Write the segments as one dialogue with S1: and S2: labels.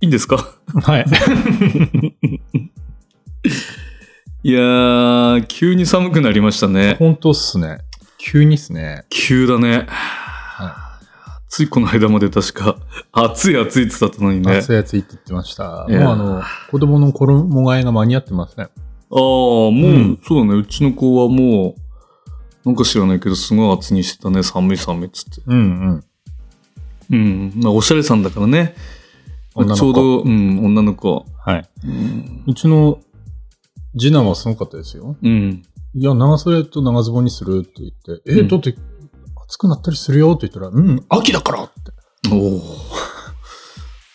S1: いいんですか
S2: はい。
S1: いやー、急に寒くなりましたね。
S2: 本当っすね。急にっすね。
S1: 急だね。
S2: は
S1: ついこの間まで確か、暑い暑いって言ってたのに
S2: い。
S1: ね。
S2: 熱い熱いって言ってました。
S1: いや
S2: もうあの、子供の衣替えが間に合ってません。
S1: ああ、もう、
S2: うん
S1: そうだね。うちの子はもう、なんか知らないけど、すごい厚着してたね。寒い寒いっつって。
S2: うんうん。
S1: うん。まあ、おしゃれさんだからね。
S2: 女の子
S1: ちょうど、うん、女の子。
S2: はい。
S1: うん。
S2: うちの次男は寒かったですよ。
S1: うん。
S2: いや、長袖と長ズボンにするって言って、え、
S1: うん
S2: だって暑くなったりするよって言ったら、うん、秋だからって。
S1: おお。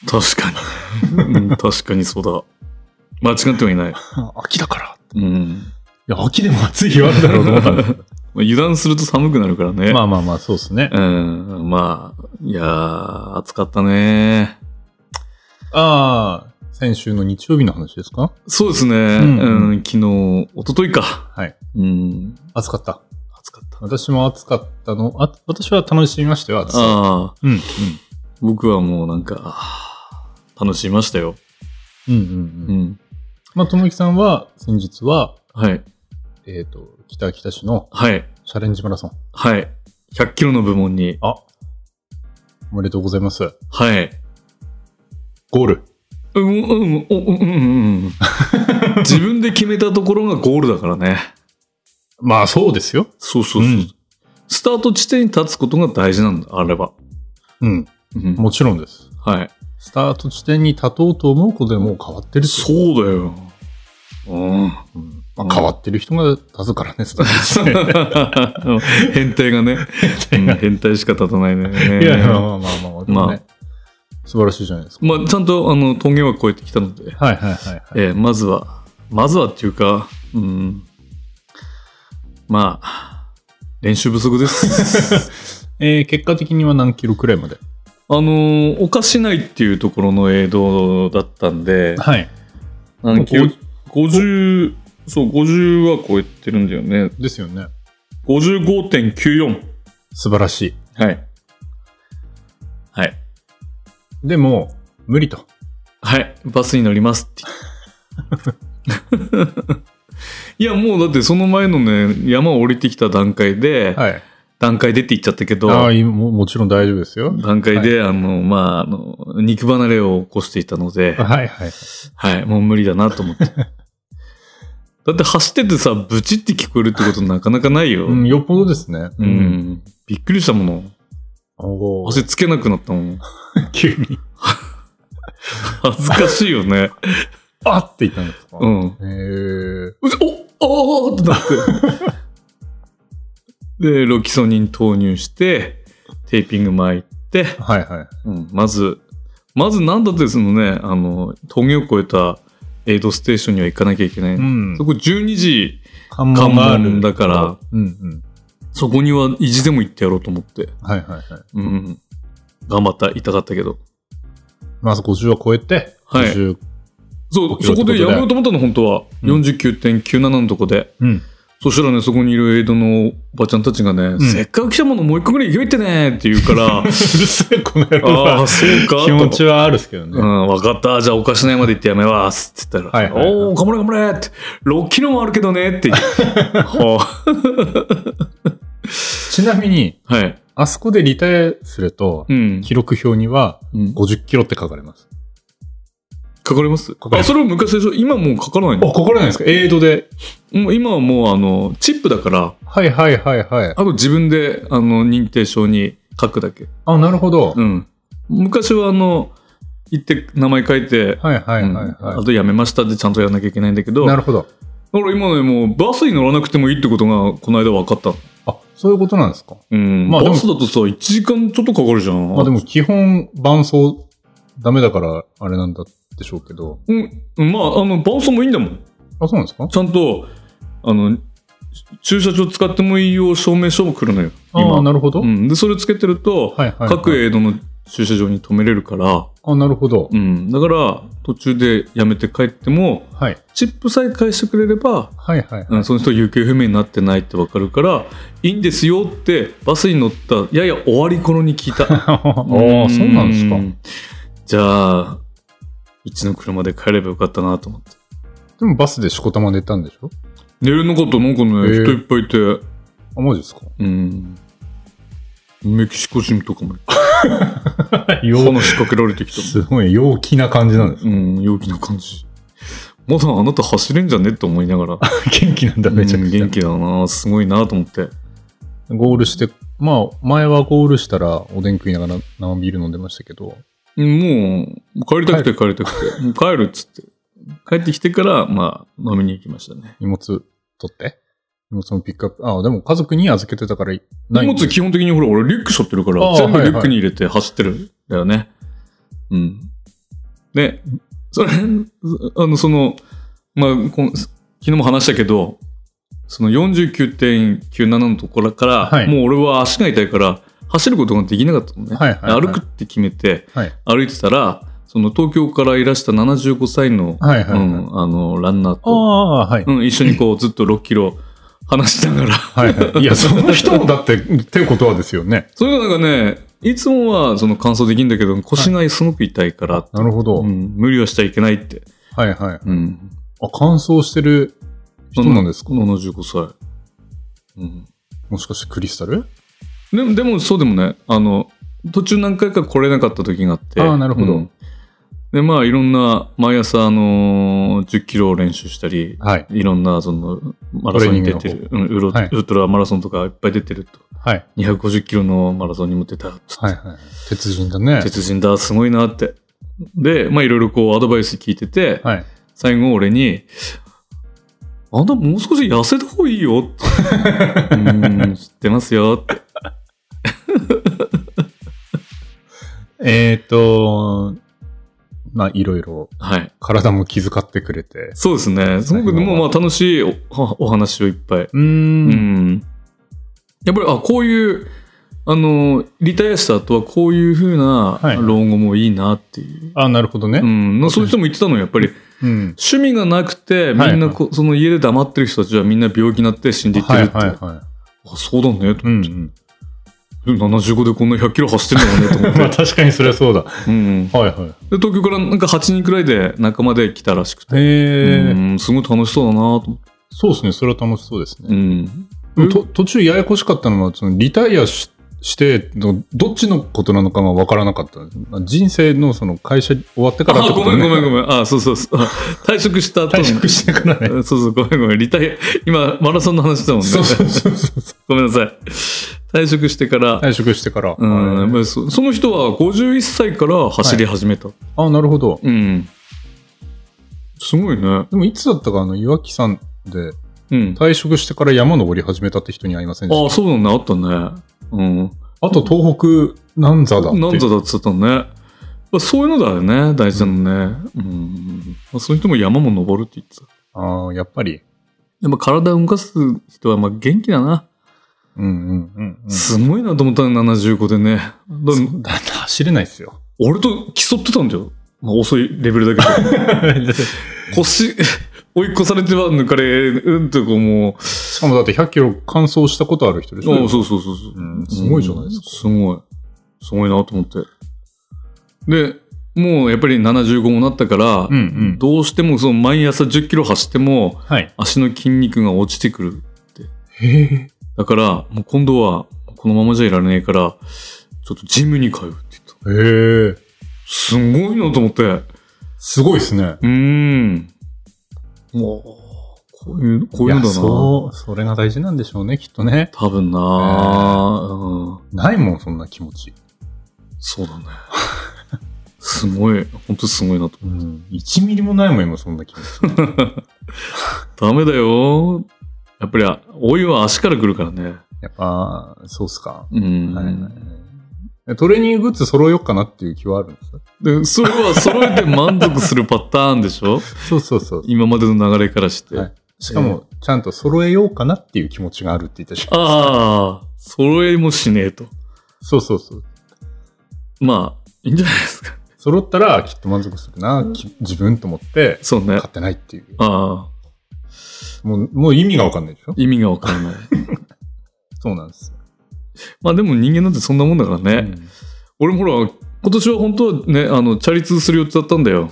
S1: 確かに、うん。確かにそうだ。間違ってはいない。
S2: 秋だからって
S1: うん。
S2: いや、秋でも 暑い日はあるだろうと思ったんですけど
S1: まあ油断すると寒くなるからね。
S2: まあまあまあ、そうですね。
S1: うん。まあ、いやー、暑かったね。
S2: ああ、先週の日曜日の話ですか
S1: そうですね。うんん、昨日、一昨日か。
S2: はい。
S1: うん。
S2: 暑かった。
S1: 暑かった。
S2: 私も暑かったの。あ私は楽しみましたよ、暑さ。
S1: ああ、
S2: うん、うん。
S1: 僕はもうなんか、あー楽しみましたよ。
S2: うん、うん、う。
S1: うんん。
S2: まあ、ともきさんは、先日は、
S1: はい。
S2: えっ、と、北秋田市の
S1: はい。
S2: チャレンジマラソン。
S1: はい。100キロの部門に。
S2: あ、おめでとうございます。
S1: はい。
S2: ゴール。
S1: うん、うん、うん、うん、うん。自分で決めたところがゴールだからね。
S2: まあ、そうですよ。
S1: そうそうそう。
S2: うん
S1: スタート地点に立つことが大事なんだ、あれば。
S2: うん、
S1: うん。
S2: もちろんです。
S1: はい。
S2: スタート地点に立とうと思うことでもう変わってるっていう
S1: そうだよ。うん。
S2: うんまあ、変わってる人が立つからね、スタート地点。
S1: 変態がね。うん変態しか立たないね。
S2: いや、まあまあまあまあ、でも
S1: ま
S2: ね、素晴らしいじゃないですか。
S1: まあ、ちゃんと、あの、峠は越えてきたので、
S2: はいはいはい、はい。
S1: えーまずは、まずはっていうか、うん。まあ、練習不足 です。
S2: えー結果的には何キロくらいまで
S1: あの、岡市内っていうところの映像だったんで、
S2: はい。
S1: あのきゅう50、そう、50は超えてるんだよね。
S2: ですよね。
S1: 55.94。
S2: 素晴らしい。
S1: はい。はい。
S2: でも、無理と。
S1: はい、バスに乗りますって。いや、もうだってその前のね、山を降りてきた段階で、
S2: はい。
S1: 段階でって言っちゃったけど、
S2: ああ、いいももちろん大丈夫ですよ。
S1: 段階で、あの、まあ、あの、肉離れを起こしていたので、
S2: はいはい。
S1: はい、もう無理だなと 思って。だって走っててさ、ブチって聞こえるってことなかなかないよ。
S2: うん、よっぽどですね。
S1: う。んびっくりしたもの。
S2: おー
S1: 汗つけなくなったもん。
S2: 急に。
S1: 恥ずかしいよ ね。
S2: あって言ったんですか
S1: う。ん。
S2: えー、
S1: おおーってなって。で、ロキソニン投入して、テーピング巻いて、
S2: はいはい。
S1: まず、まずなんだってそのね、あの、峠を越えたエイドステーションには行かなきゃいけない。
S2: ん
S1: そこ12時、
S2: 関
S1: 関
S2: があ
S1: 門
S2: る。
S1: だから、
S2: うんうん。
S1: そこには意地でも行ってやろうと思って。
S2: はいはいはい。
S1: うん。頑張った、痛かったけど。
S2: まず50は超えて、
S1: はい
S2: 50。
S1: そう、
S2: ちろ
S1: そ
S2: ん
S1: こで
S2: って
S1: や
S2: ことで
S1: めようと思ったの、本当は。
S2: うん
S1: 49.97のとこで。
S2: うん。
S1: そしたらね、そこにいるエイドのおばちゃんたちがね、
S2: ん
S1: せっかく来たものもう一個ぐらい行けよってねって言うから、
S2: うるせえ、この野郎
S1: あ
S2: は
S1: あ、。そうか。
S2: 気持ち
S1: と
S2: はあるっすけど
S1: うん、
S2: ね。
S1: わかった。じゃあ、お菓子内まで行ってやめます。って言ったら、
S2: はいはいはい
S1: おー、頑張れ頑張れって、6キロもあるけどね って言って。は
S2: ちなみに、
S1: あはい。
S2: あそこでリタイアすると、
S1: うん。
S2: 記録表には
S1: うん
S2: 50キロって書かれます。
S1: かかります
S2: かかります
S1: あ、それは昔でしょ今もうかからない
S2: あ、
S1: の
S2: 書かれないんですかエイドで。
S1: もう今はもう、あの、チップだから、
S2: はいはいはいはい。
S1: あと自分で、あの、認定証に書くだけ。
S2: あ、なるほど。
S1: うん。昔は、あの、行って、名前書いて、
S2: はいはいはい
S1: うんあ
S2: は
S1: とやめましたってちゃんとやらなきゃいけないんだけ
S2: い。
S1: ど、
S2: な
S1: だ
S2: るほど。
S1: から今ね、もうバスに乗らなくてもいいってことが、この間分かったの。
S2: あ、そういうことなんですか。
S1: うん。
S2: まあでも
S1: バスだとさ、1時間ちょっとかかるじゃん。
S2: まあでも基本伴奏ダメだからあれなんだでしょうけど。
S1: うん、まあ、あの、伴奏もいいんだもん。
S2: あ、そうなんですか
S1: ちゃんと、あの、駐車場使ってもいいよう証明書も来るのよ。
S2: あ
S1: 今。
S2: あ、なるほど。
S1: う
S2: はい
S1: ん。で、それつけてると、
S2: はいはい。
S1: 各エイドの駐車場に止めれるから、
S2: あ、なるほど。
S1: うん。だから、途中でやめて帰っても、
S2: はい。
S1: チップさえ返してくれれば、
S2: はいはいはい。
S1: うん、その人有給不明になってないってわかるからいいんですよってバスに乗ったやや終わり頃に聞いた
S2: ああ、そうなんですか。
S1: じゃあ一の車で帰ればよかったなと思って。
S2: でもバスでしこたま寝たんでしょ
S1: 寝れなかった、なんかね、
S2: へえ
S1: 人いっぱいいて、
S2: あ、マジですか
S1: うん。メキシコ人と かも、
S2: 陽
S1: 話しかけられてきたもん。
S2: すごい陽気な感じなんです。
S1: うん、陽気な感じ。まだあなた走れんじゃねって思いながら、
S2: 元気 なんだ、めちゃ
S1: う
S2: く
S1: ん
S2: ちゃ
S1: 元。気だなすごいなと思って。
S2: ゴールして、まあ、前はゴールしたらおでん食いながら生ビール飲んでましたけど、
S1: もう、帰りたくて帰りたくて、もう帰るっつって。帰ってきてから、まあ、飲みに行きましたね。
S2: 荷物取って荷物もピックアップ。あ、でも家族に預けてたからな
S1: 荷
S2: いんで
S1: 物基本的にほら、俺リュック背負ってるか
S2: あ
S1: ら、
S2: あ
S1: 全部
S2: はい
S1: リ
S2: は
S1: ュッ
S2: い
S1: クに入れて走ってるんだよね。うん。で、それ、あの、その、まあ、この昨日も話したけど、その49.97のところから、
S2: はい
S1: もう俺は足が痛いから、走ることができなかったのね。
S2: はいはいはい
S1: 歩くって決めて、
S2: はい
S1: 歩いてたら、その東京からいらした75歳の、
S2: はいはいはい
S1: うん、あの、ランナー
S2: あ
S1: と、
S2: あ、はい。
S1: うん、一緒にこう、ずっと6キロ話しながら、
S2: はい はい。いや、その人もだって、ってことはですよね。
S1: そういうのがね、いつもはその乾燥できるんだけど、腰がすごく痛いから、
S2: なるほど。
S1: うん、無理はしちゃいけないって。
S2: はいはい。
S1: うん。
S2: あ、乾燥してる人なんですか
S1: ?75 歳。うん。
S2: もしかしてクリスタル
S1: でも、でもそうでもね、あの、途中何回か来れなかった時があって。
S2: あーなるほど
S1: うんで、まあ、いろんな、毎朝、あのー10キロを練習したり、
S2: はい。
S1: いろんな、その、マラソンに出てる、うんウロ
S2: はい
S1: ウルトラマラソンとかいっぱい出てると。
S2: はい。
S1: 250キロのマラソンにも出た、つって
S2: はいはい。鉄人だね。
S1: 鉄人だ、すごいなって。で、まあいろいろこうアドバイス聞いてて、
S2: はい。
S1: 最後俺に、あんたもう少し痩せた方がいいよって。う ーん、知ってますよって。
S2: えっ、ー、と、まあ、いろいろ、
S1: はい。
S2: 体も気遣ってくれて。
S1: そうですね。すごくでもまあ楽しいおおお話をいっぱい。
S2: うーん
S1: う。ん。やっぱり、あ、こういう、あの、リタイアした後はこういう風な
S2: はい
S1: 老後もいいなっていう。
S2: あ、なるほどね
S1: う。ん。のそういう人も言ってたのよ、やっぱり。
S2: うん。
S1: 趣味がなくて、みんなこ、その家で黙ってる人たちはみんな病気になって死んでいって
S2: は
S1: る
S2: い
S1: って。
S2: はいは
S1: あ、そうだね。
S2: い。うん、 うん。
S1: 75でこんな100キロ走ってんだよね、 と思
S2: ま
S1: っ
S2: あ
S1: て。
S2: 確かにそれはそうだ。は
S1: うんうん、で
S2: いは
S1: 東京からなんか8人くらいで仲間で来たらしくて。
S2: い。へえ、
S1: うん、すごい楽しそうだなと思って。
S2: そうですね。それは楽しそうです
S1: う
S2: ね。
S1: ん。
S2: でもと途中ややこしかったのは、そのリタイアししてど、どっちのことなのかがわからなかった。まあ人生のその会社終わってからって
S1: あ、
S2: こ
S1: ごめ
S2: と
S1: んごめんご
S2: ん。
S1: めん。あ、そうそうそう。あ 退職した後
S2: 退
S1: に
S2: 職してからね。
S1: うん そうそう、ごめんごめん。リタイア、今、マラソンの話だもんね。
S2: そうそうそうそう。
S1: ごめんなさい。退職してから、
S2: 退職してから。
S1: うん、やっ
S2: はい
S1: ぱりそその人は51歳から走り始めた。
S2: あ、なるほど。
S1: うん。すごいね。
S2: でもいつだったか、あの、岩木さんで、
S1: うん。
S2: 退職してから山登り始めたって人に会いませんでし
S1: ああ、そうだね。あったね。うん。
S2: た。あと東北、南座だって。
S1: なんだだっつったのね。まあそういうのだよね、大事なのね。うん。まあ、そういう人も山も登るって言ってた。
S2: ああ、やっぱり。
S1: やっぱ体を動かす人はまあ元気だな。
S2: うんうんうん、うん。
S1: すごいなと思ったね、75でね。だ
S2: そうだって走れないっすよ。
S1: 俺と競ってたんだよ。まあ、遅いレベルだけ ど。
S2: し
S1: 腰、追い越されては抜かれ、うんとこうも
S2: かもだって100キロ完走したことある人でし
S1: う、あ
S2: ょ
S1: あそうそうそうそう、
S2: うんすごいじゃないですか
S1: すごい。すごいなと思って。で、もうやっぱり75もなったから、
S2: うんうん
S1: どうしてもその毎朝10キロ走っても、
S2: はい。
S1: 足の筋肉が落ちてくる。
S2: へえ。
S1: だから、もう今度はこのままじゃいられないから、ちょっとジムに通うって言った。
S2: へえ。
S1: すごいなと思って。う
S2: すごいですね。
S1: ーん。もう、こういう、こういうのだ
S2: いや
S1: な。
S2: そう、それが大事なんでしょうね、きっとね。
S1: 多分な、うん、
S2: ないもん、そんな気持ち。
S1: そうだね。すごい、本当すごいなと。
S2: うん。1ミリもないもん、今、そんな気持ち。
S1: ダメだよ。やっぱり、あ老いは足から来るからね。
S2: やっぱ、そうっすか。
S1: うん。
S2: はいはいはい。トレーニンググッズ揃えようかなっていう気はあるんです
S1: で、それは揃えて満足するパターンでしょ
S2: そうそうそう。
S1: 今までの流れからして。
S2: はいしかも、ちゃんと揃えようかなっていう気持ちがあるって言ったし。
S1: ああ、揃えもしねえと。
S2: そうそうそう。
S1: まあ、いいんじゃないですか。
S2: 揃ったらきっと満足するな、き自分と思って、
S1: そうね
S2: 買。ってないっていう。
S1: ああ、
S2: もう、もう意味がわかんないでしょ
S1: 意味がわからない。
S2: そうなんですよ。
S1: まあでも人間なんてそんなもんだからね。
S2: うん
S1: 俺もほら、今年は本当はね、あの、チャリ通する予定だったんだ よ。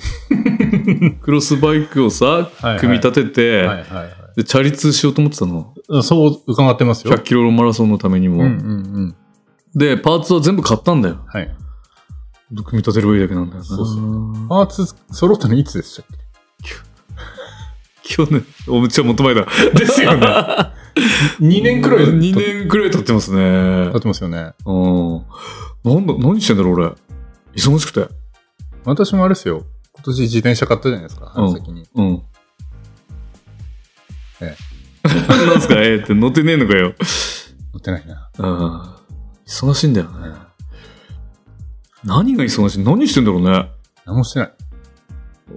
S1: クロスバイクをさ
S2: いはい、
S1: 組み立てて、
S2: はいはいはい
S1: で、チャリ通しようと思ってたの。
S2: うん。そう伺ってますよ
S1: 100。キロマラソンのために
S2: うん
S1: も。
S2: うんうん。
S1: で、パーツは全部買ったんだよ。
S2: はい。
S1: 組み立てればいいだけなんだよな。
S2: そうそパーツ揃ったのいつでしたっ
S1: 去年、おめっちゃ元前だ。ですよ ね。
S2: け ?2 年くらい。
S1: 2。年くらい経ってますね
S2: 経。ってますよね。
S1: うん。なんだ、何してんだろう、俺。忙しくて。
S2: 私もあれですよ。今年自転車買ったじゃないですか、
S1: うん
S2: 春先に。
S1: うん。
S2: え
S1: え。なんす か、ええって乗ってねえのかよ。
S2: 乗ってないな。
S1: うん。忙しいんだよね。何が忙しい何してんだろうね。
S2: 何もしてない。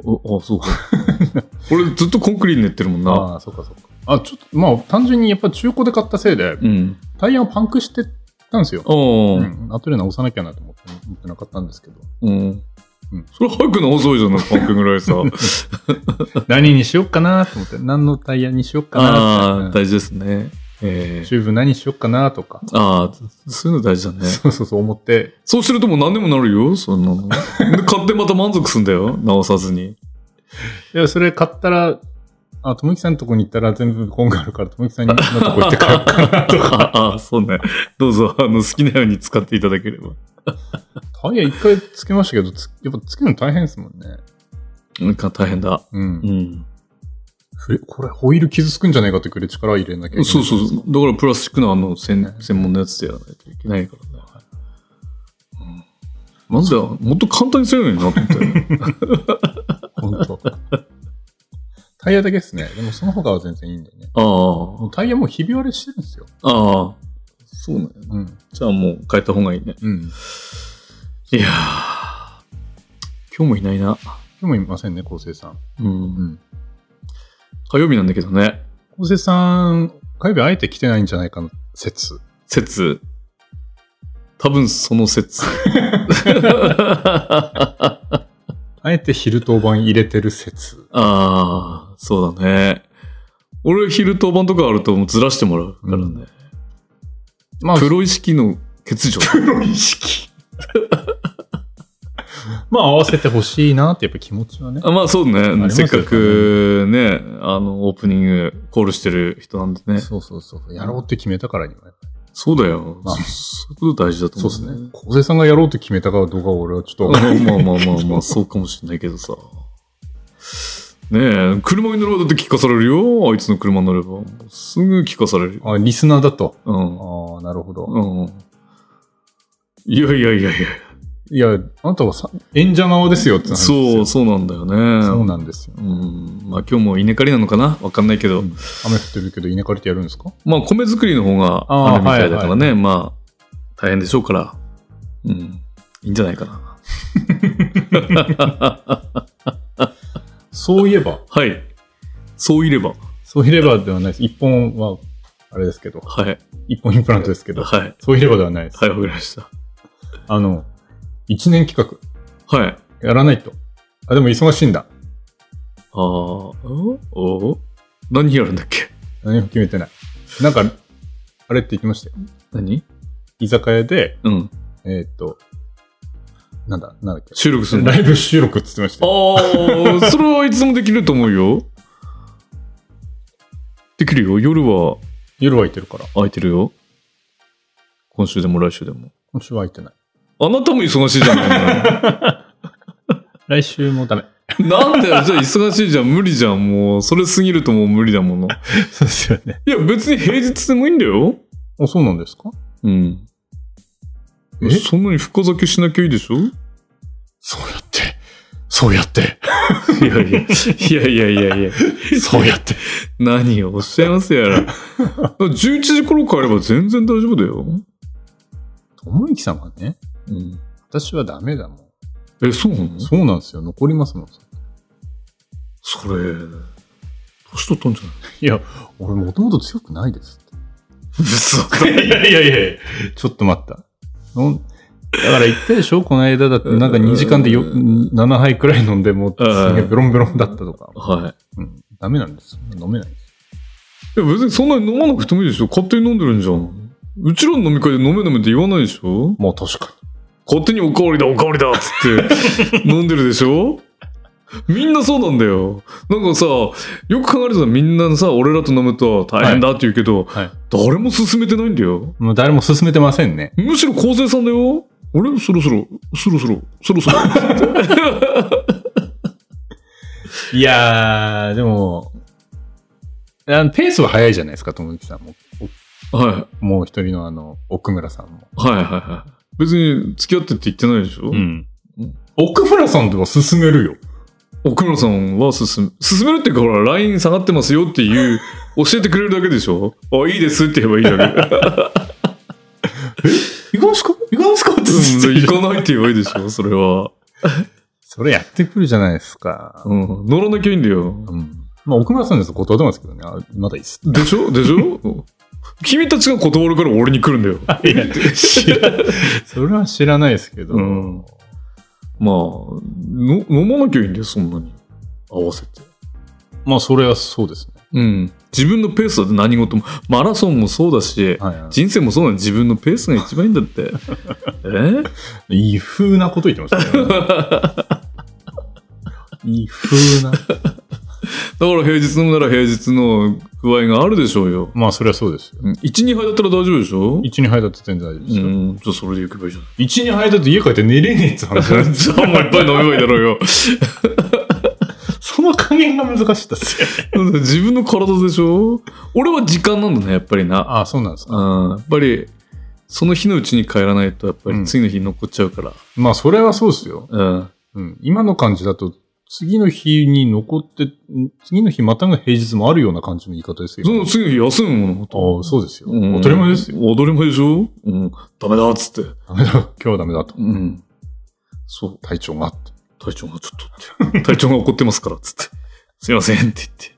S1: おあ、そうか。 俺ずっとコンクリート練ってるもんな。
S2: ああ、そうかそうか。あ、ちょっと、まあ、単純にやっぱ中古で買ったせいで、
S1: うん。
S2: タイヤをパンクしてたんですよ。
S1: お
S2: う。
S1: うん
S2: 後で直さなきゃなと思って、持ってなかったんですけど。
S1: うん。
S2: うん
S1: それ早く直そうじゃん、パンクぐらいさ。
S2: 何にしよっかなと思って、何のタイヤにしよっ か
S1: ああ
S2: な
S1: ー、
S2: とか、
S1: 大事ですね。ええ
S2: チューブ何しよっかなとか、
S1: ああ、そういうの大事だね。
S2: そうそうそう思って、
S1: そうしてるともう何でもなるよ、そんなの。 で買ってまた満足すんだよ、直さずに。
S2: いや、それ買ったら、あ、ともきさんのとこに行ったら全部本があるから、ともきさんのとこ行って買おうかなとか。
S1: ああ、そうね。どうぞ、あの、好きなように使っていただければ。
S2: タイヤ一回つけましたけど、つやっぱつけるの大変ですもんね。
S1: うん、か大変だ。
S2: うん。
S1: うん。
S2: ふれこれ、ホイール傷つくんじゃないかってくらい力入れなきゃいけない。
S1: そうそうそう。だからプラスチックのあの、専専門のやつでやらないといけないからね。うん。なんだよ、もっと簡単にすればいいのになって。
S2: 本当。 タイヤだけですね。でもその他は全然いいんだよね。
S1: あ
S2: もうタイヤもうひび割れしてるんですよ。
S1: あ、ああ。そうなんやな。
S2: うん。
S1: じゃあもう変えた方がいいね。
S2: うん。
S1: い
S2: 今
S1: やー。今日もいないな。
S2: 日もいませんね、昴生さん。
S1: う。
S2: うんん。
S1: 火曜日なんだけどね。
S2: 昴生さん、火曜日あえて来てないんじゃないかの説。
S1: 説。多分その 説。
S2: あえて昼当番入れてる説。
S1: ああ、そうだね。俺、昼当番とかあるともうずらしてもらうからね。
S2: うんま
S1: プロ意識の欠如。
S2: プロ意識。まあ、合わせてほしいなって、やっぱ気持ちはね。
S1: あまあそう
S2: り
S1: ね。
S2: ます
S1: せ
S2: よ
S1: っかくね、あの、オープニングコールしてる人なんでね。
S2: そうそうそう。やろうって決めたからには。
S1: そうだよ。
S2: まあ
S1: そそういうこと大事だと
S2: そう
S1: 思う、
S2: ですね。小瀬さんがやろうって決めたかどうかは俺はちょっと。
S1: まあまあまあまあまあ、そうかもしれないけどさ。ねえ、車に乗ればだって聞かされるよ。あいつの車に乗れば。もうすぐ聞かされるよ。
S2: あ、リスナーだと。
S1: うん。
S2: ああ、なるほど。
S1: うん。いやいやいやいや。
S2: いや、あなたはさ演者側ですよって話です
S1: そ
S2: よ
S1: う、そうなんだよね。
S2: そうなんですよ。
S1: うん。まあ今日も稲刈りなのかなわかんないけど。
S2: うん雨降ってるけど、稲刈りってやるんですか
S1: まあ米作りの方があるみたいだからね。まあ大変でしょうから。うん。いいんじゃないか な。
S2: そういえば、
S1: はい。そういれば。
S2: そういればではないです。一本は、あれですけど、
S1: はい。
S2: 一本インプラントですけど、
S1: はい。
S2: そういればではないです。
S1: はい、わかりました。
S2: あの、一年企画、
S1: はい。
S2: やらないと。あ、でも忙しいんだ。
S1: ああ、おお何やるんだっけ
S2: 何も決めてない。なんか、あれって言ってましたよ。
S1: 何
S2: 居酒屋で、
S1: うん。
S2: えーっと、なんだ、なんだっけ。
S1: 収録するの
S2: ライブ収録って言ってましたよ。
S1: ああ、それはいつでもできると思うよ。できるよ。夜は
S2: 夜は空いてるから。
S1: 空いてるよ。今週でも来週でも。
S2: 今週は空いてない。
S1: あなたも忙しいじゃない
S2: 来週もダメ。
S1: のなんだよ、じゃあ忙しいじゃん。無理じゃん。もう、それ過ぎるともう無理だもの。
S2: そうですよね。
S1: いや、別に平日でもいいんだよ。
S2: あ、そうなんですか
S1: うん。
S2: え
S1: そんなに深酒しなきゃいいでしょい
S2: そうやって、そうやって、
S1: やいや、いやいやいやいや。
S2: そうやって。
S1: 何をおっしゃいますやら。11時頃帰れば全然大丈夫だよ。
S2: ともゆきさんはね、
S1: うん。
S2: 私はダメだもん。
S1: え、そうなの
S2: そうなんですよ。残りますもん。
S1: それ、年取ったんじゃない
S2: いや、俺もともと強くないですっ
S1: 嘘
S2: て。いやいやいやちょっと待った。のんだから言ったでしょこの間だって、なんか2時間でよ
S1: うん
S2: 7杯くらい飲んで、もう
S1: うん
S2: すげえベロンベロンだったとか。
S1: はい。
S2: うん。ダメなんです。飲めないで
S1: い
S2: す。
S1: や別にそんなに飲まなくてもいいでしょ勝手に飲んでるんじゃん。うちらの飲み会で飲め飲めって言わないでしょ
S2: もう確かに。
S1: 勝手におかわりだ、おかわりだっつって飲んでるでしょみんなそうなんだよ。なんかさ、よく考えるとみんなさ、俺らと飲むと大変だって言うけど、
S2: はいはい
S1: 誰も勧めてないんだよ。
S2: もう誰も勧めてませんね。
S1: むしろ昴生さんだよ。あれそろそろ、そろそろ、そろそろ。
S2: いやー、でも、あのペースは早いじゃないですか、友之さんも。
S1: はい。
S2: もう一人のあの、奥村さんも。
S1: はいはいはい。別に付き合ってって言ってないでしょ、
S2: ん。奥村さんでは勧めるよ。
S1: 奥村さんは進め、進めるっていうかほら、LINE 下がってますよっていう、教えてくれるだけでしょあ、いいですって言えばいいだけ。
S2: 行かんすか行かんすかって
S1: うん、行かないって言えばいいでしょそれは。
S2: それやってくるじゃないですか。
S1: うん。乗らなきゃいいんだよ。
S2: うん。まあ、奥村さんですと断ってますけどね。あまだいいっ す。
S1: でし ょでしょ君たちが断るから俺に来るんだよ。
S2: いや、知ら、 それは知らないですけど。
S1: うんまあ、の飲まなきゃいいんだよ、そんなに。合わせて。
S2: まあ、それはそうですね。
S1: うん。自分のペースだって何事も。マラソンもそうだし、
S2: はい、は
S1: 人生もそうなの自分のペースが一番いいんだ って。え
S2: い。い風なこと言ってま したね。いい風な。
S1: だから平日飲むなら平日の具合があるでしょうよ。
S2: まあ、それはそうですよ。
S1: うん1、2杯だったら大丈夫でしょ
S2: 1、2杯だと全然大丈夫です
S1: う
S2: よ。
S1: ん、じゃあそれで行けばいいじゃん。
S2: 1、2杯だと家帰って寝れねえって話なんです
S1: じゃあもういっぱい飲めばいいだろうよ。
S2: その加減が難しいですよ。
S1: 自分の体でしょ俺は時間なんだね、やっぱりな。
S2: ああ、そうなんですか。
S1: うん、やっぱり、その日のうちに帰らないと、やっぱり次の日に残っちゃうから。
S2: まあ、それはそうですよ。
S1: うん。
S2: うん。今の感じだと、次の日に残って、ん次の日またが平日もあるような感じの言い方ですよ。
S1: その次の日休むもの。
S2: ああ、そうですよ。
S1: うん
S2: 当たり前ですよ。。
S1: 当たり前でしょうん。ダメだっつって。
S2: ダメだ。今日はダメだと。
S1: うん。そう。
S2: 体調があって。
S1: 体調がちょっと って、体調が怒ってますから、つって。すいませんって言って。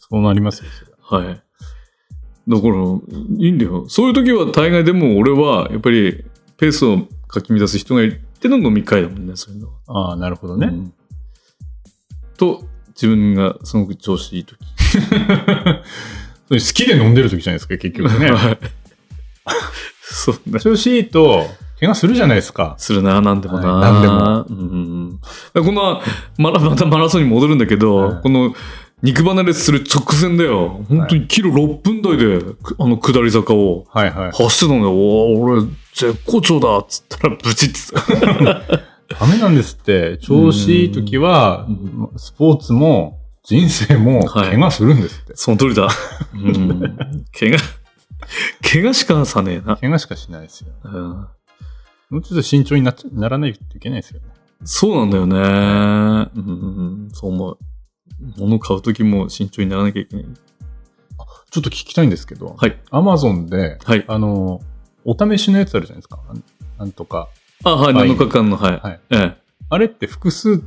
S2: そうなりますよ。それは
S1: はい。だから、いいんだよ。そういう時は大概でも俺は、やっぱり、ペースをかき乱す人がいての飲み会だもんね、そういうのは。
S2: ああ、なるほどね。
S1: うんと、自分がすごく調子いい時。
S2: そ れ好きで飲んでる時じゃないですか、結局ね。
S1: はいそうね。
S2: 調子いいと、怪我するじゃないですか。
S1: するな、なんでもな。
S2: はい
S1: なんでも。うん。だから この、まら、またマラソンに戻るんだけど、
S2: はい
S1: この、肉離れする直前だよ。本当にキロ6分台で、くあの、下り坂を
S2: はいはい。
S1: 走ってたんだよ。おー俺、絶好調だっつったら、ブチッつった。
S2: ダメなんですって、調子いい時は
S1: う、
S2: スポーツも人生も
S1: はい
S2: 怪我するんですって。
S1: その通りだ。うん。怪我、怪我しかさねえな。
S2: 怪我しかしないですよ。
S1: うん
S2: もうちょっと慎重になっちゃならないといけないですよね。
S1: そうなんだよね。うん、そう思う。物買うときも慎重にならなきゃいけない。
S2: ちょっと聞きたいんですけど、
S1: はい。
S2: アマゾンで、
S1: はい。
S2: あの、お試しのやつあるじゃないですか。なんなんとか。
S1: あ、はい、
S2: はい
S1: 7日間の、はい。
S2: はい
S1: ええ。
S2: あれって複数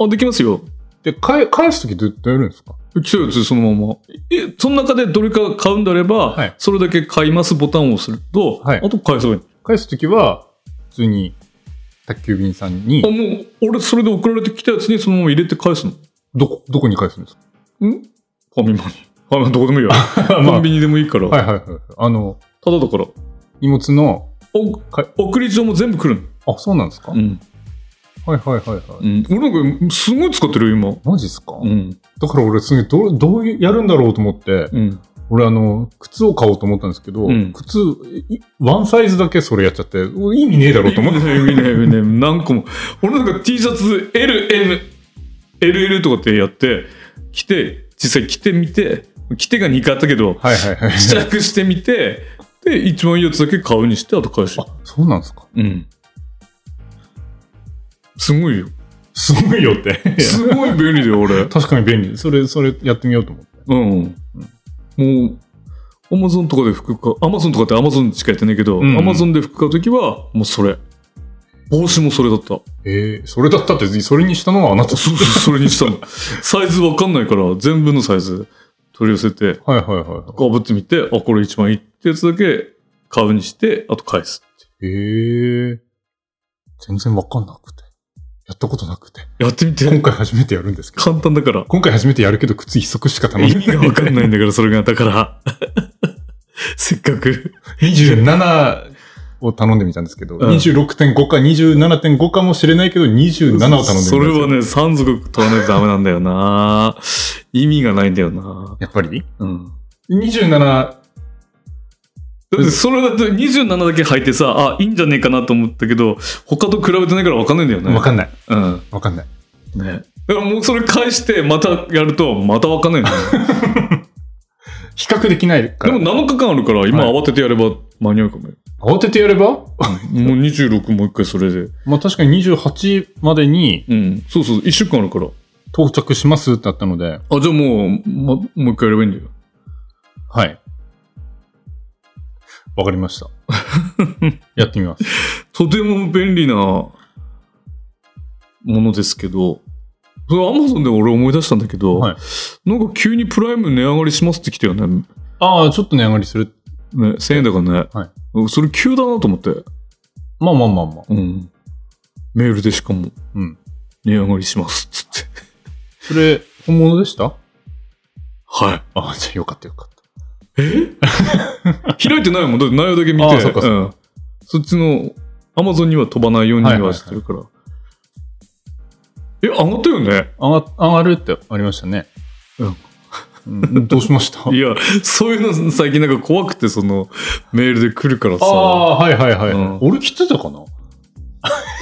S1: あ、できますよ。
S2: で返返すときどうやるんですか
S1: 来たやつそのまま。え、その中でどれか買うんであれば、
S2: はい
S1: それだけ買いますボタンを押すると、
S2: はい
S1: あと返せばいい。
S2: 返すときは、普通に、宅急便さん
S1: あ、
S2: に、
S1: もう、俺それで送られてきたやつにそのまま入れて返すの。ん
S2: どこ、どこに返すんですか
S1: ファミマに。ファミマどこでもいいよ。 コンビニでもいいから。
S2: はいはいはい。あの、
S1: ただだから。
S2: 荷物の、
S1: お
S2: か
S1: 送り状も全部来るの。
S2: あ、そうなんですか、
S1: ん。
S2: はいはいはいはい。
S1: うん。俺なんか、すごい使ってるよ、今。
S2: マジっすか、
S1: ん。
S2: だから俺すげえどう、どうやるんだろうと思って、
S1: うん。
S2: 俺あの、靴を買おうと思ったんですけど、
S1: うん
S2: 靴、いワンサイズだけそれやっちゃって、意味ねえだろうと思って。
S1: ねねね何個も。俺なんか T シャツ L、M、LL とかってやって、着て、実際着てみて、着てが2回あったけど、
S2: はいはいはい。
S1: 試着してみて、で、一番いいやつだけ買うにして、あと返し
S2: あ。、そうなんですか
S1: うん。すごいよ。
S2: すごいよって。
S1: すごい便利だよ、 俺。
S2: 確かに便利。それ、それやってみようと思って。
S1: うん。もう、アマゾンとかで服買う、アマゾンとかってアマゾンしかやってないけど、
S2: うんうん
S1: アマゾンで服買うときは、もうそれ。帽子もそれだった。
S2: ええそれだったって、それにしたのはあなた。
S1: そうそう、それにしたの。サイズわかんないから、全部のサイズ取り寄せて、
S2: はいはいは
S1: かぶってみて、あ、これ一番いいってやつだけ買うにして、あと返すっ
S2: い。ええ全然わかんなくて。やったことなくて。
S1: て。やってみ
S2: 今
S1: て。
S2: 回初めてやるんですけど。
S1: 簡単だから。
S2: 今回初めてやるけど、靴一足しか頼ん
S1: 意
S2: でな
S1: 味
S2: い
S1: がわかんないんだから、それが。だから。せっかく。
S2: 27を頼んでみたんですけど、
S1: ん
S2: 26.5か27.5かもしれないけど、27を頼んでみたんですよ
S1: それはね、3族取らないとダメなんだよな意味がないんだよな
S2: やっぱり
S1: うん。
S2: ?27、
S1: だってそれだって27だけ履いてさ、あ、いいんじゃねえかなと思ったけど、他と比べてないから分かんないんだよね。
S2: わかんない。
S1: うん。
S2: わかんない。
S1: ね。だからもうそれ返して、またやると、また分かんないんだよね。
S2: 比較できないか
S1: でも
S2: ら。
S1: 7日間あるから、今慌ててやれば間に合うかもよ。
S2: 慌ててやれば
S1: もう26もう一回それで。
S2: まあ確かに28までに
S1: うん。そうそう、1週間あるから。
S2: 到着しますってあったので、
S1: あ、じゃあもう、ま、もう一回やればいいんだよ。
S2: はい。わかり ました。やってみます。
S1: とても便利なものですけど、それアマゾンで俺思い出したんだけど、
S2: はい
S1: なんか急にプライム値上がりしますって来たよね。ね、
S2: ああ、ちょっと値上がりする。
S1: 1000円だからね。
S2: は
S1: それ急だなと思って。
S2: まあまあまあまあ。
S1: うん。メールでしかも、
S2: うん
S1: 値上がりしますっつって。
S2: それ、本物でした
S1: は
S2: ああ、じゃあよかったよかった。
S1: い。開いてないもん。だって内容だけ見て。
S2: あそっかそっか
S1: んそっちの、アマゾンには飛ばないように
S2: はいはい
S1: は
S2: はい
S1: してるから。え、上がったよね
S2: 上が上がるってありましたね。うん。どうしま した
S1: いや、そういうの最近なんか怖くて、その、メールで来るから
S2: あ
S1: さ、
S2: あ、はいはいはい。
S1: うん
S2: 俺来てたかな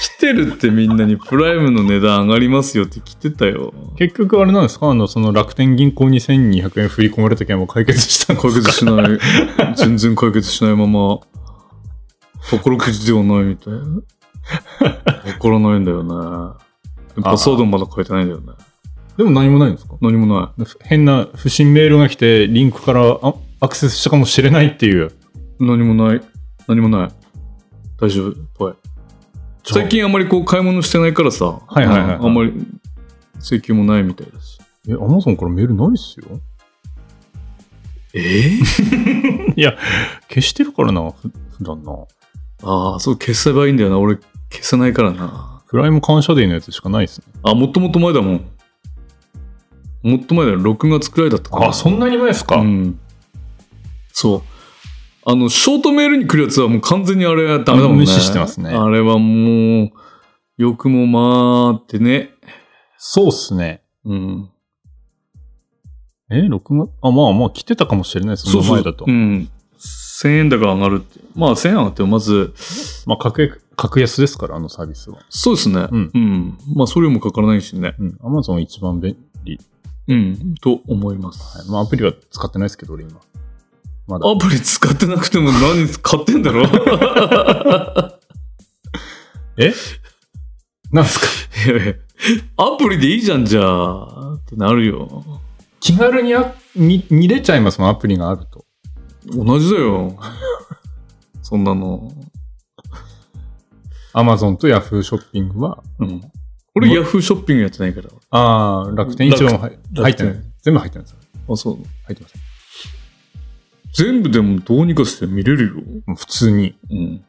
S1: 来てるってみんなにプライムの値段上がりますよって来てたよ。
S2: 結局あれなんですかあの、その楽天銀行に1200円振り込まれた件は解決したの
S1: 解決しない、全然解決しないまま、心くじではないみたい な。わからないんだよね。パスワードもまだ書いてないんだよね。
S2: でも何もないんですか
S1: 何もな
S2: 変な不審メールが来て、リンクからあアクセスしたかもしれないっていう。
S1: い。何もない。何もない。大丈夫っぽい。最近あんまりこう買い物してないからさ、
S2: はいはいはい
S1: うんあんまり請求もないみたいだし。
S2: え、アマゾンからメールないっすよ
S1: ええ
S2: 消してるからな、ふ普段な。
S1: ああ、そう、消せばいいんだよな。俺、消せないからな。
S2: プライム感謝デーのやつしかないっすね。
S1: あ、もっともっと前だもん。もっと前だよ。6月くらいだったから。
S2: んなに前ですか
S1: うん。そう。あの、ショートメールに来るやつはもう完全にあれはダメだもんね。
S2: 無視してますね
S1: あれはもう、よくもまあってね。
S2: そうっすね。
S1: うん。
S2: え、6月あ、まあまあ来てたかもしれないです。その前だと。
S1: うん。1000円高上がるって。まあ1000円上がってもまず、
S2: まあ格安、格安ですから、あのサービスは。
S1: そうですね。
S2: うん
S1: まあ送料もかからないしね。
S2: うん。アマゾン一番便利。
S1: うん。と思います。
S2: はい。まあアプリは使ってないですけど、俺今。まだ。
S1: アプリ使ってなくても何買ってん だろ
S2: えなんですか
S1: いやいやアプリでいいじゃん、じゃあ。ってなるよ。
S2: 気軽にあ見見れちゃいますもん、アプリがあると。
S1: 同じだよ。そんなの。
S2: アマゾンとヤフーショッピングは、
S1: うん。俺、
S2: ま
S1: ヤフーショッピングやってないから。
S2: ああ、楽天一番入
S1: 楽
S2: 入ってない。全部入ってないです。
S1: あ、そう。
S2: 入ってます。
S1: 全部でもどうにかして見れるよ。
S2: もう普通に、
S1: うん。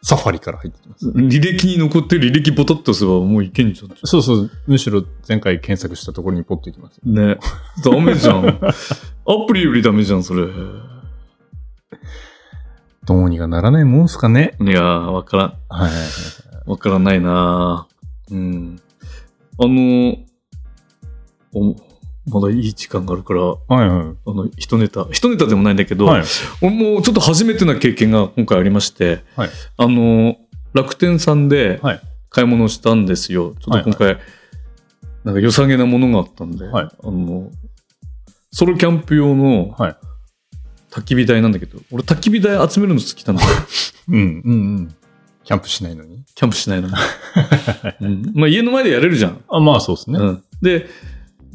S2: サファリから入ってきます。
S1: 履歴に残って履歴ポタッとすればもういけんじゃん。
S2: そうそう、むしろ前回検索したところにポッといきます。
S1: ね。ダメじゃん。 アプリよりダメじゃん、それ。い
S2: どうにかならないもんすかね
S1: やー、わからん。
S2: はい。
S1: わからないなぁうん。あの、お、まだいい時間があるから、あ
S2: はいは
S1: の、一ネタ、一ネタでもないんだけ
S2: い。
S1: ど、
S2: はい。
S1: 俺もちょっと初めてな経験が今回ありまして、
S2: はい
S1: あの、楽天さんで
S2: はい
S1: 買い物をしたんですよ。ちょっと今回、なんか良さげなものがあったんで、
S2: はい
S1: あの、ソロキャンプ用の
S2: はい
S1: 焚き火台なんだけど、俺焚き火台集めるの好きなの。
S2: うん、うん、うん。キャンプしないのに。
S1: キャンプしないのに、 うんまあ家の前でやれるじゃん。
S2: あ、まあそうですね。
S1: うん、で、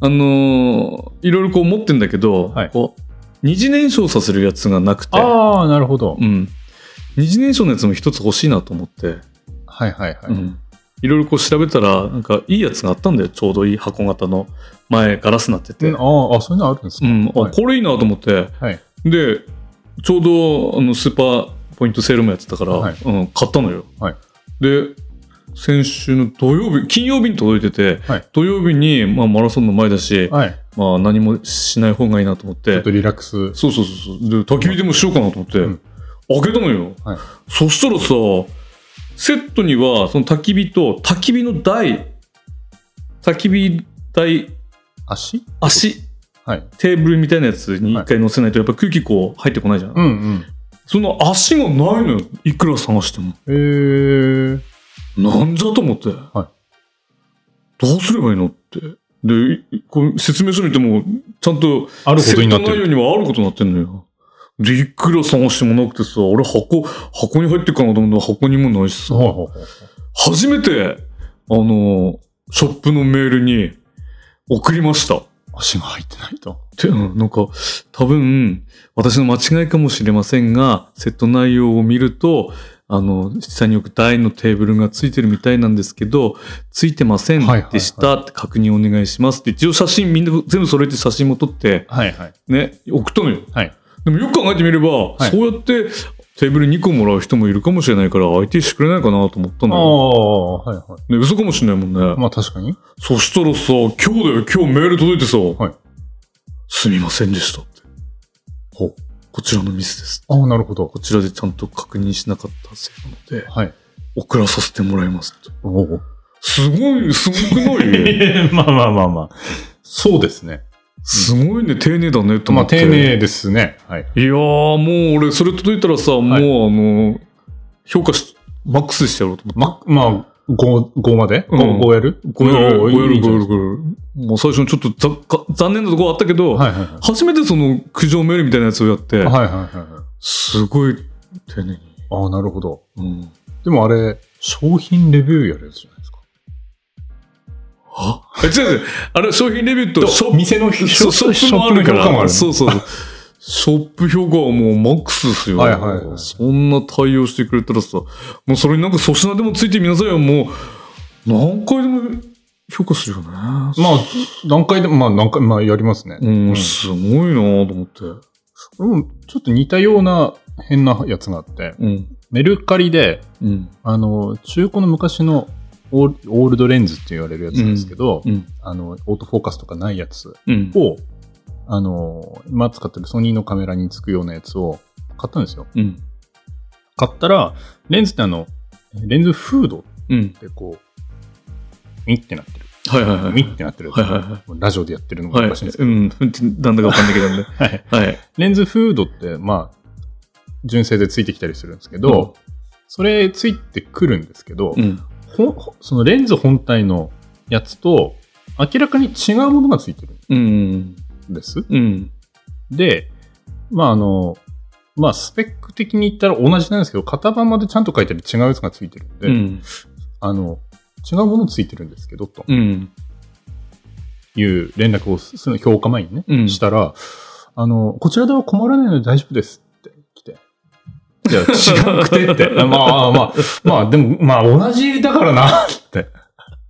S1: あのーいろいろこう持ってんだけど、
S2: はい
S1: こう二次燃焼させるやつがなくて、
S2: ああ、なるほど
S1: う。ん、二次燃焼のやつも一つ欲しいなと思って、
S2: はいはいはい。
S1: うんいろいろこう調べたら、なんかいいやつがあったんだよ。ちょうどいい箱型の前ガラスになってて。
S2: で
S1: う
S2: あ
S1: ん、
S2: ーあ、そういうのあるんですか、
S1: あ
S2: はい
S1: これいいなと思って。
S2: はい。
S1: で、ちょうどあのスーパーポイントセールもやってたから、
S2: はい
S1: うん、買ったのよ。
S2: はい
S1: で、先週の土曜日、金曜日に届いてて、
S2: はい
S1: 土曜日に、まあ、マラソンの前だし、
S2: はい。
S1: まあ何もしない方がいいなと思っ
S2: ちょ
S1: て
S2: っと、リラックス。
S1: そうそうそうそう、で焚き火でもしようかなと思って、
S2: うん
S1: 開けたのよ。
S2: はい
S1: そしたらさ、セットには、その焚き火と、焚き火の台、焚き火台、
S2: 足
S1: 足、
S2: はい。
S1: テーブルみたいなやつに一回乗せないと、やっぱ空気こう入ってこないじゃん。
S2: うんうん。
S1: その足がないのよ。いくら探しても。
S2: えー、
S1: なんじゃと思って。どうすればいいのって。で、いこう説明書見ても、ちゃんと、
S2: あることになって
S1: セット
S2: る。
S1: 内容にはあることになってんのよ。で、いくら探してもなくてさ、俺箱、箱に入ってっかなと思ったら箱にもないしさ、
S2: はいはいはい
S1: 初めて、あの、ショップのメールに送りました。
S2: 足が入ってないと。
S1: て、うんなんか、多分、私の間違いかもしれませんが、セット内容を見ると、あの、実際によく台のテーブルがついてるみたいなんですけど、ついてません
S2: はいはいはい
S1: でしたって確認お願いしますって、一応写真みんな全部揃えて写真も撮って、
S2: はいはい。
S1: ね、送ったのよ。
S2: はい。
S1: でもよく考えてみれば、
S2: はい
S1: そうやってテーブル2個もらう人もいるかもしれないから、相手してくれないかなと思ったん
S2: あ
S1: だよ。
S2: あ、はいは
S1: ね、嘘かもしれないもんね。
S2: い。まあ確かに。
S1: そしたらさ、今日だよ、今日メール届いてさ、
S2: はい
S1: すみませんでしたって。
S2: ほう
S1: こちらのミスです。
S2: ああ、なるほど。
S1: こちらでちゃんと確認しなかったせいなので、
S2: はい。
S1: 送らさせてもらいますって。
S2: おお。
S1: すごい、すごくな い
S2: まあまあまあまあ。そうですね。
S1: すごいね、丁寧だね、と
S2: ま
S1: 思
S2: あ
S1: って。
S2: 丁。寧ですね。はい。
S1: いやー、もう俺、それ届いたらさ、もうあの、評価し、マックスしてやろうと思って。
S2: ま、まあ、5、5まで
S1: うん
S2: ?5 やる
S1: ごめん、ごめん、ごめん、ごめん
S2: る。
S1: ごめん。もう最初にちょっとざっか残念なところあったけど、
S2: はいはいはい。
S1: 初めてその苦情メールみたいなやつをやって、
S2: はいはいはいはい。
S1: すごい丁寧に。
S2: ああ、なるほど。
S1: うん。
S2: でもあれ、商品レビューやるやつじゃないですか。
S1: はえ、違う違う。あれ、商品レビューとショップ、
S2: 店の評
S1: そうショップもある
S2: ショ
S1: か
S2: ップの評価もあ
S1: ら。
S2: る。
S1: そうそうそう。ショップ評価はもうマックスですよ。
S2: はいはいはい
S1: そんな対応してくれたらさ、もうそれになんか粗品でもついてみなさいよ。もう、何回でも評価するよね。ま
S2: まあ、何回でも、まあ何回、まあやりますね。
S1: うん、
S2: うん
S1: すごいなぁと思って。
S2: うん、ちょっと似たような変なやつがあって、
S1: うん。
S2: メルカリで、
S1: うん。
S2: あの、中古の昔のオールオールドレンズって言われるやつなんですけど、
S1: うん。
S2: あの、オートフォーカスとかないやつ
S1: うん。
S2: を、あの、今使ってるソニーのカメラにつくようなやつを買ったんですよ。
S1: うん。
S2: 買ったら、レンズってあの、レンズフードっ
S1: うん。
S2: てこう、ミってなってる。
S1: はいはいはい。
S2: ミってなってるやつ。
S1: はいはいはい
S2: もうラジオでやってるのも
S1: はい。
S2: お
S1: う
S2: かしいんですけ
S1: ん。なんだかわかんないけどね。
S2: ど、 はい
S1: はい。
S2: レンズフードって、まあ、純正でついてきたりするんですけど、それついてくるんですけど、
S1: うん。
S2: ほほそのレンズ本体のやつと、明らかに違うものがついてる
S1: うん。
S2: んです。
S1: うん。
S2: で、まああの、まあスペック的に言ったら同じなんですけど、型番までちゃんと書いたり違うやつがついてるんで、
S1: うん。
S2: あの、違うものついてるんですけど、と
S1: うん。
S2: いう連絡をする評価前にね、
S1: うん
S2: したら、あの、こちらでは困らないので大丈夫ですって来て。いや、違くて って。あまあまあ、まあでも、まあ同じだからな って。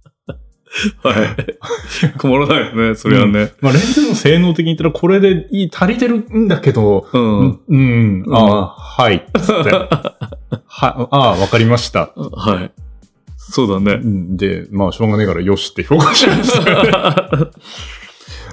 S1: はい。困らないよね、それはね。
S2: まあレンズの性能的に言ったらこれでいい、足りてるんだけど、
S1: うん。
S2: うん、うん、ああ、はい、つって。 は、ああ、わかりました。
S1: はい。そう だね。
S2: うんで、まあ、しょうがねえから、よしって評価しました よ。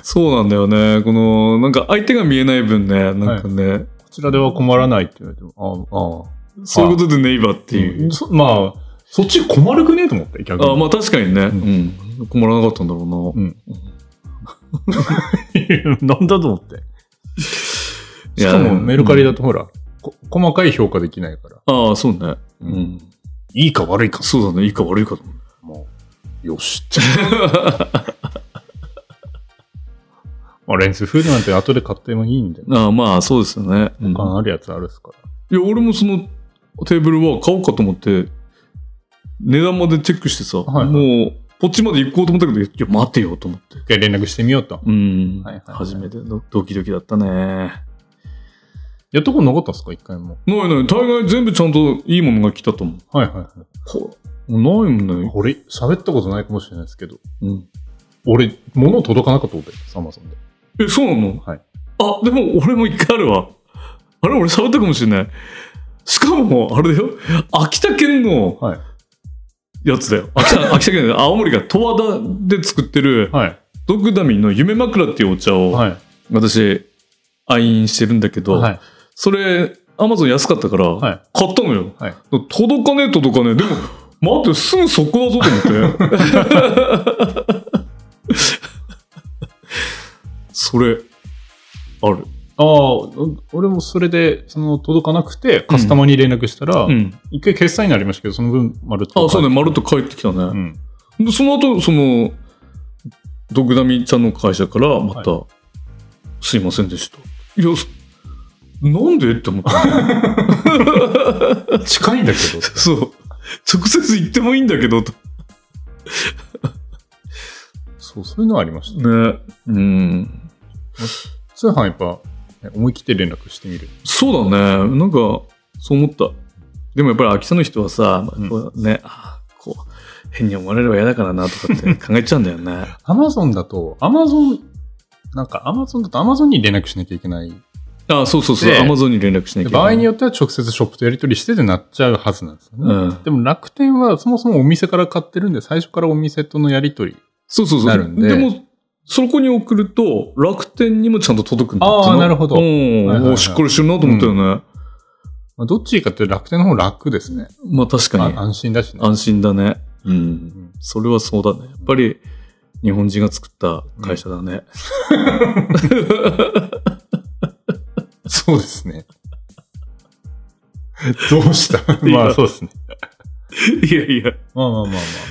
S1: そうなんだよね。この、なんか相手が見えない分ね、なんかね、
S2: こちらでは困らないって言われても、ああ、ああ、
S1: そういうことでネイバーっていう。
S2: そまあ、そっち困るくねえと思って、逆に。
S1: あまあ確かにね、うん困らなかったんだろうな。
S2: うん なんだと思って。
S1: い
S2: し
S1: や
S2: かも、メルカリだとほら、こ細かい評価できないから、
S1: ああ、そうね。うん。
S2: いいか悪いか、
S1: そうだね。いいか悪いかと思う。
S2: もう、よ しって。まあ、レンズフードなんて後で買ってもいいんで、
S1: ああ、まあそうですよね。うん
S2: 他あるやつあるっすから。
S1: いや、俺もそのテーブルは買おうかと思って、値段までチェックしてさ、
S2: はい
S1: もう、こっちまで行こうと思ったけど、いや、待てよと思って。
S2: 一回連絡してみようと。
S1: うん。
S2: はいはいはい
S1: 初めてのドキドキだったね。な
S2: やったことなかったっすか一回も。
S1: いない、大概全部ちゃんといいものが来たと思う。
S2: はいはいは
S1: こないもん
S2: い。
S1: ね。
S2: 俺、喋ったことないかもしれないですけど、
S1: うん。
S2: 俺、物届かなかったことです、アマゾンで。
S1: え、そうなの
S2: はい。
S1: あ、でも俺も一回あるわ。あれ、俺喋ったかもしれない。しかも、あれだよ。秋田県の
S2: はい。
S1: やつだよ。秋田秋田県で、青森が十和田で作ってる、
S2: はい。
S1: ドッグダミーの夢枕っていうお茶を、
S2: はい。
S1: 私、愛飲してるんだけど、
S2: はい。
S1: それ、アマゾン安かったから、
S2: はい
S1: 買ったのよ。
S2: はい
S1: 届かねえ届かねえ。でも、 待って、すぐそこだぞと思って。それ、ある。
S2: ああ、お俺もそれで、その、届かなくて、カスタマーに連絡したら、
S1: うん。
S2: 一回決済になりましたけど、その分、丸っと。
S1: あ、そうね、まるっ
S2: と。
S1: と帰ってきたね。
S2: うん。
S1: で、その後、その、ドクダミちゃんの会社から、また、すいませんでした。いや、そなんでって思った。
S2: 近いんだけ ど。
S1: そう。直接言ってもいいんだけど、と。
S2: そう、そういうのはありました。
S1: ね。うん。
S2: 通販やっぱ、ね思い切って連絡してみる。
S1: そうだね。なんか、そう思った。でもやっぱり秋田の人はさ、
S2: うん
S1: こうね、あーこう、変に思われれば嫌だからなとかって考えちゃうんだよね。
S2: アマゾンだと、アマゾン、なんかアマゾンだとアマゾンに連絡しなきゃいけない。
S1: あ、そうそうそう。
S2: で
S1: アマゾンに連絡しなきゃいけない。
S2: 場合によっては直接ショップとやり取りしててなっちゃうはずなんですよね。
S1: うん。
S2: でも楽天はそもそもお店から買ってるんで、最初からお店とのやり取り。
S1: そうそうそう。
S2: なるんで
S1: も、そこに送ると、楽天にもちゃんと届くんだ
S2: あー
S1: その
S2: なるほど
S1: うん。
S2: はいはいはい
S1: おしっかりしてるなと思ったよね。
S2: まあ、どっちかっていうと楽天の方楽ですね。
S1: まあ確か
S2: あ
S1: に。
S2: 安心だしね。
S1: 安心だね。うん。
S2: ん
S1: それはそうだね。やっぱり、日本人が作った会社だね。
S2: そうですね。 どうした
S1: いや
S2: まあそうですね。
S1: いやいや。
S2: まあまあまあ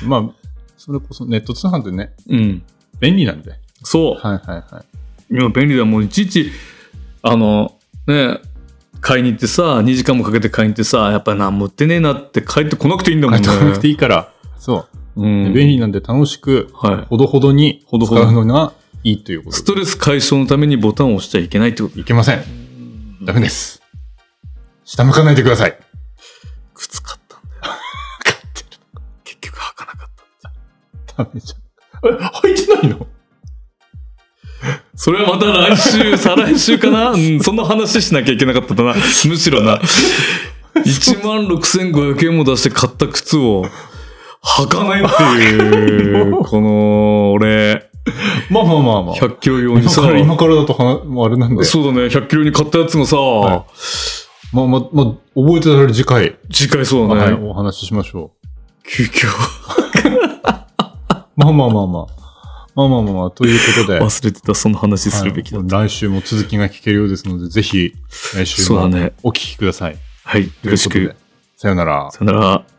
S2: まあ。まあ、それこそネット通販ってね、
S1: うん。
S2: 便利なんで。
S1: そう。
S2: はいはいはい。
S1: 今便利だもんいちいちあのね買いに行ってさ2時間もかけて買いに行ってさやっぱり何も売ってねえなって帰ってこなくていいんだもん
S2: 買い
S1: ね
S2: 取らなくていいから。そう。
S1: うん、
S2: 便利なんで楽しく、
S1: はい
S2: ほどほどに
S1: ほどほ
S2: 使
S1: ど
S2: うのがいいということ
S1: ストレス解消のためにボタンを押しちゃいけないってこと
S2: いけません。ダメです。下向かないでください。
S1: 靴買ったんだよ 結局履かなかった
S2: ダメじゃん。え、履いてないの
S1: それはまた来週再来週か な、うん、そんな話しなきゃいけなかったなむしろな1万6500円も出して買った靴を履かないっていうこの俺
S2: まあまあまあまあ。
S1: 100キロ用に
S2: 今
S1: さ
S2: から、今からだとは、もうあれなんで。
S1: そうだね、100キロに買ったやつがさ、
S2: はまあまあ、まあ、覚えてたら次回、
S1: 次回そう
S2: まあは
S1: だ
S2: い、
S1: ね、
S2: お話ししましょ
S1: 急遽
S2: う。まあまあまあまあ。まあまあまあまあ、ということで。
S1: 忘れてた、その話するべきだ。
S2: はい来週も続きが聞けるようですので、ぜひ、来週
S1: そうだ
S2: も
S1: ね。
S2: お聞きください。よ
S1: はい、よろしく。
S2: さよなら。
S1: さよなら。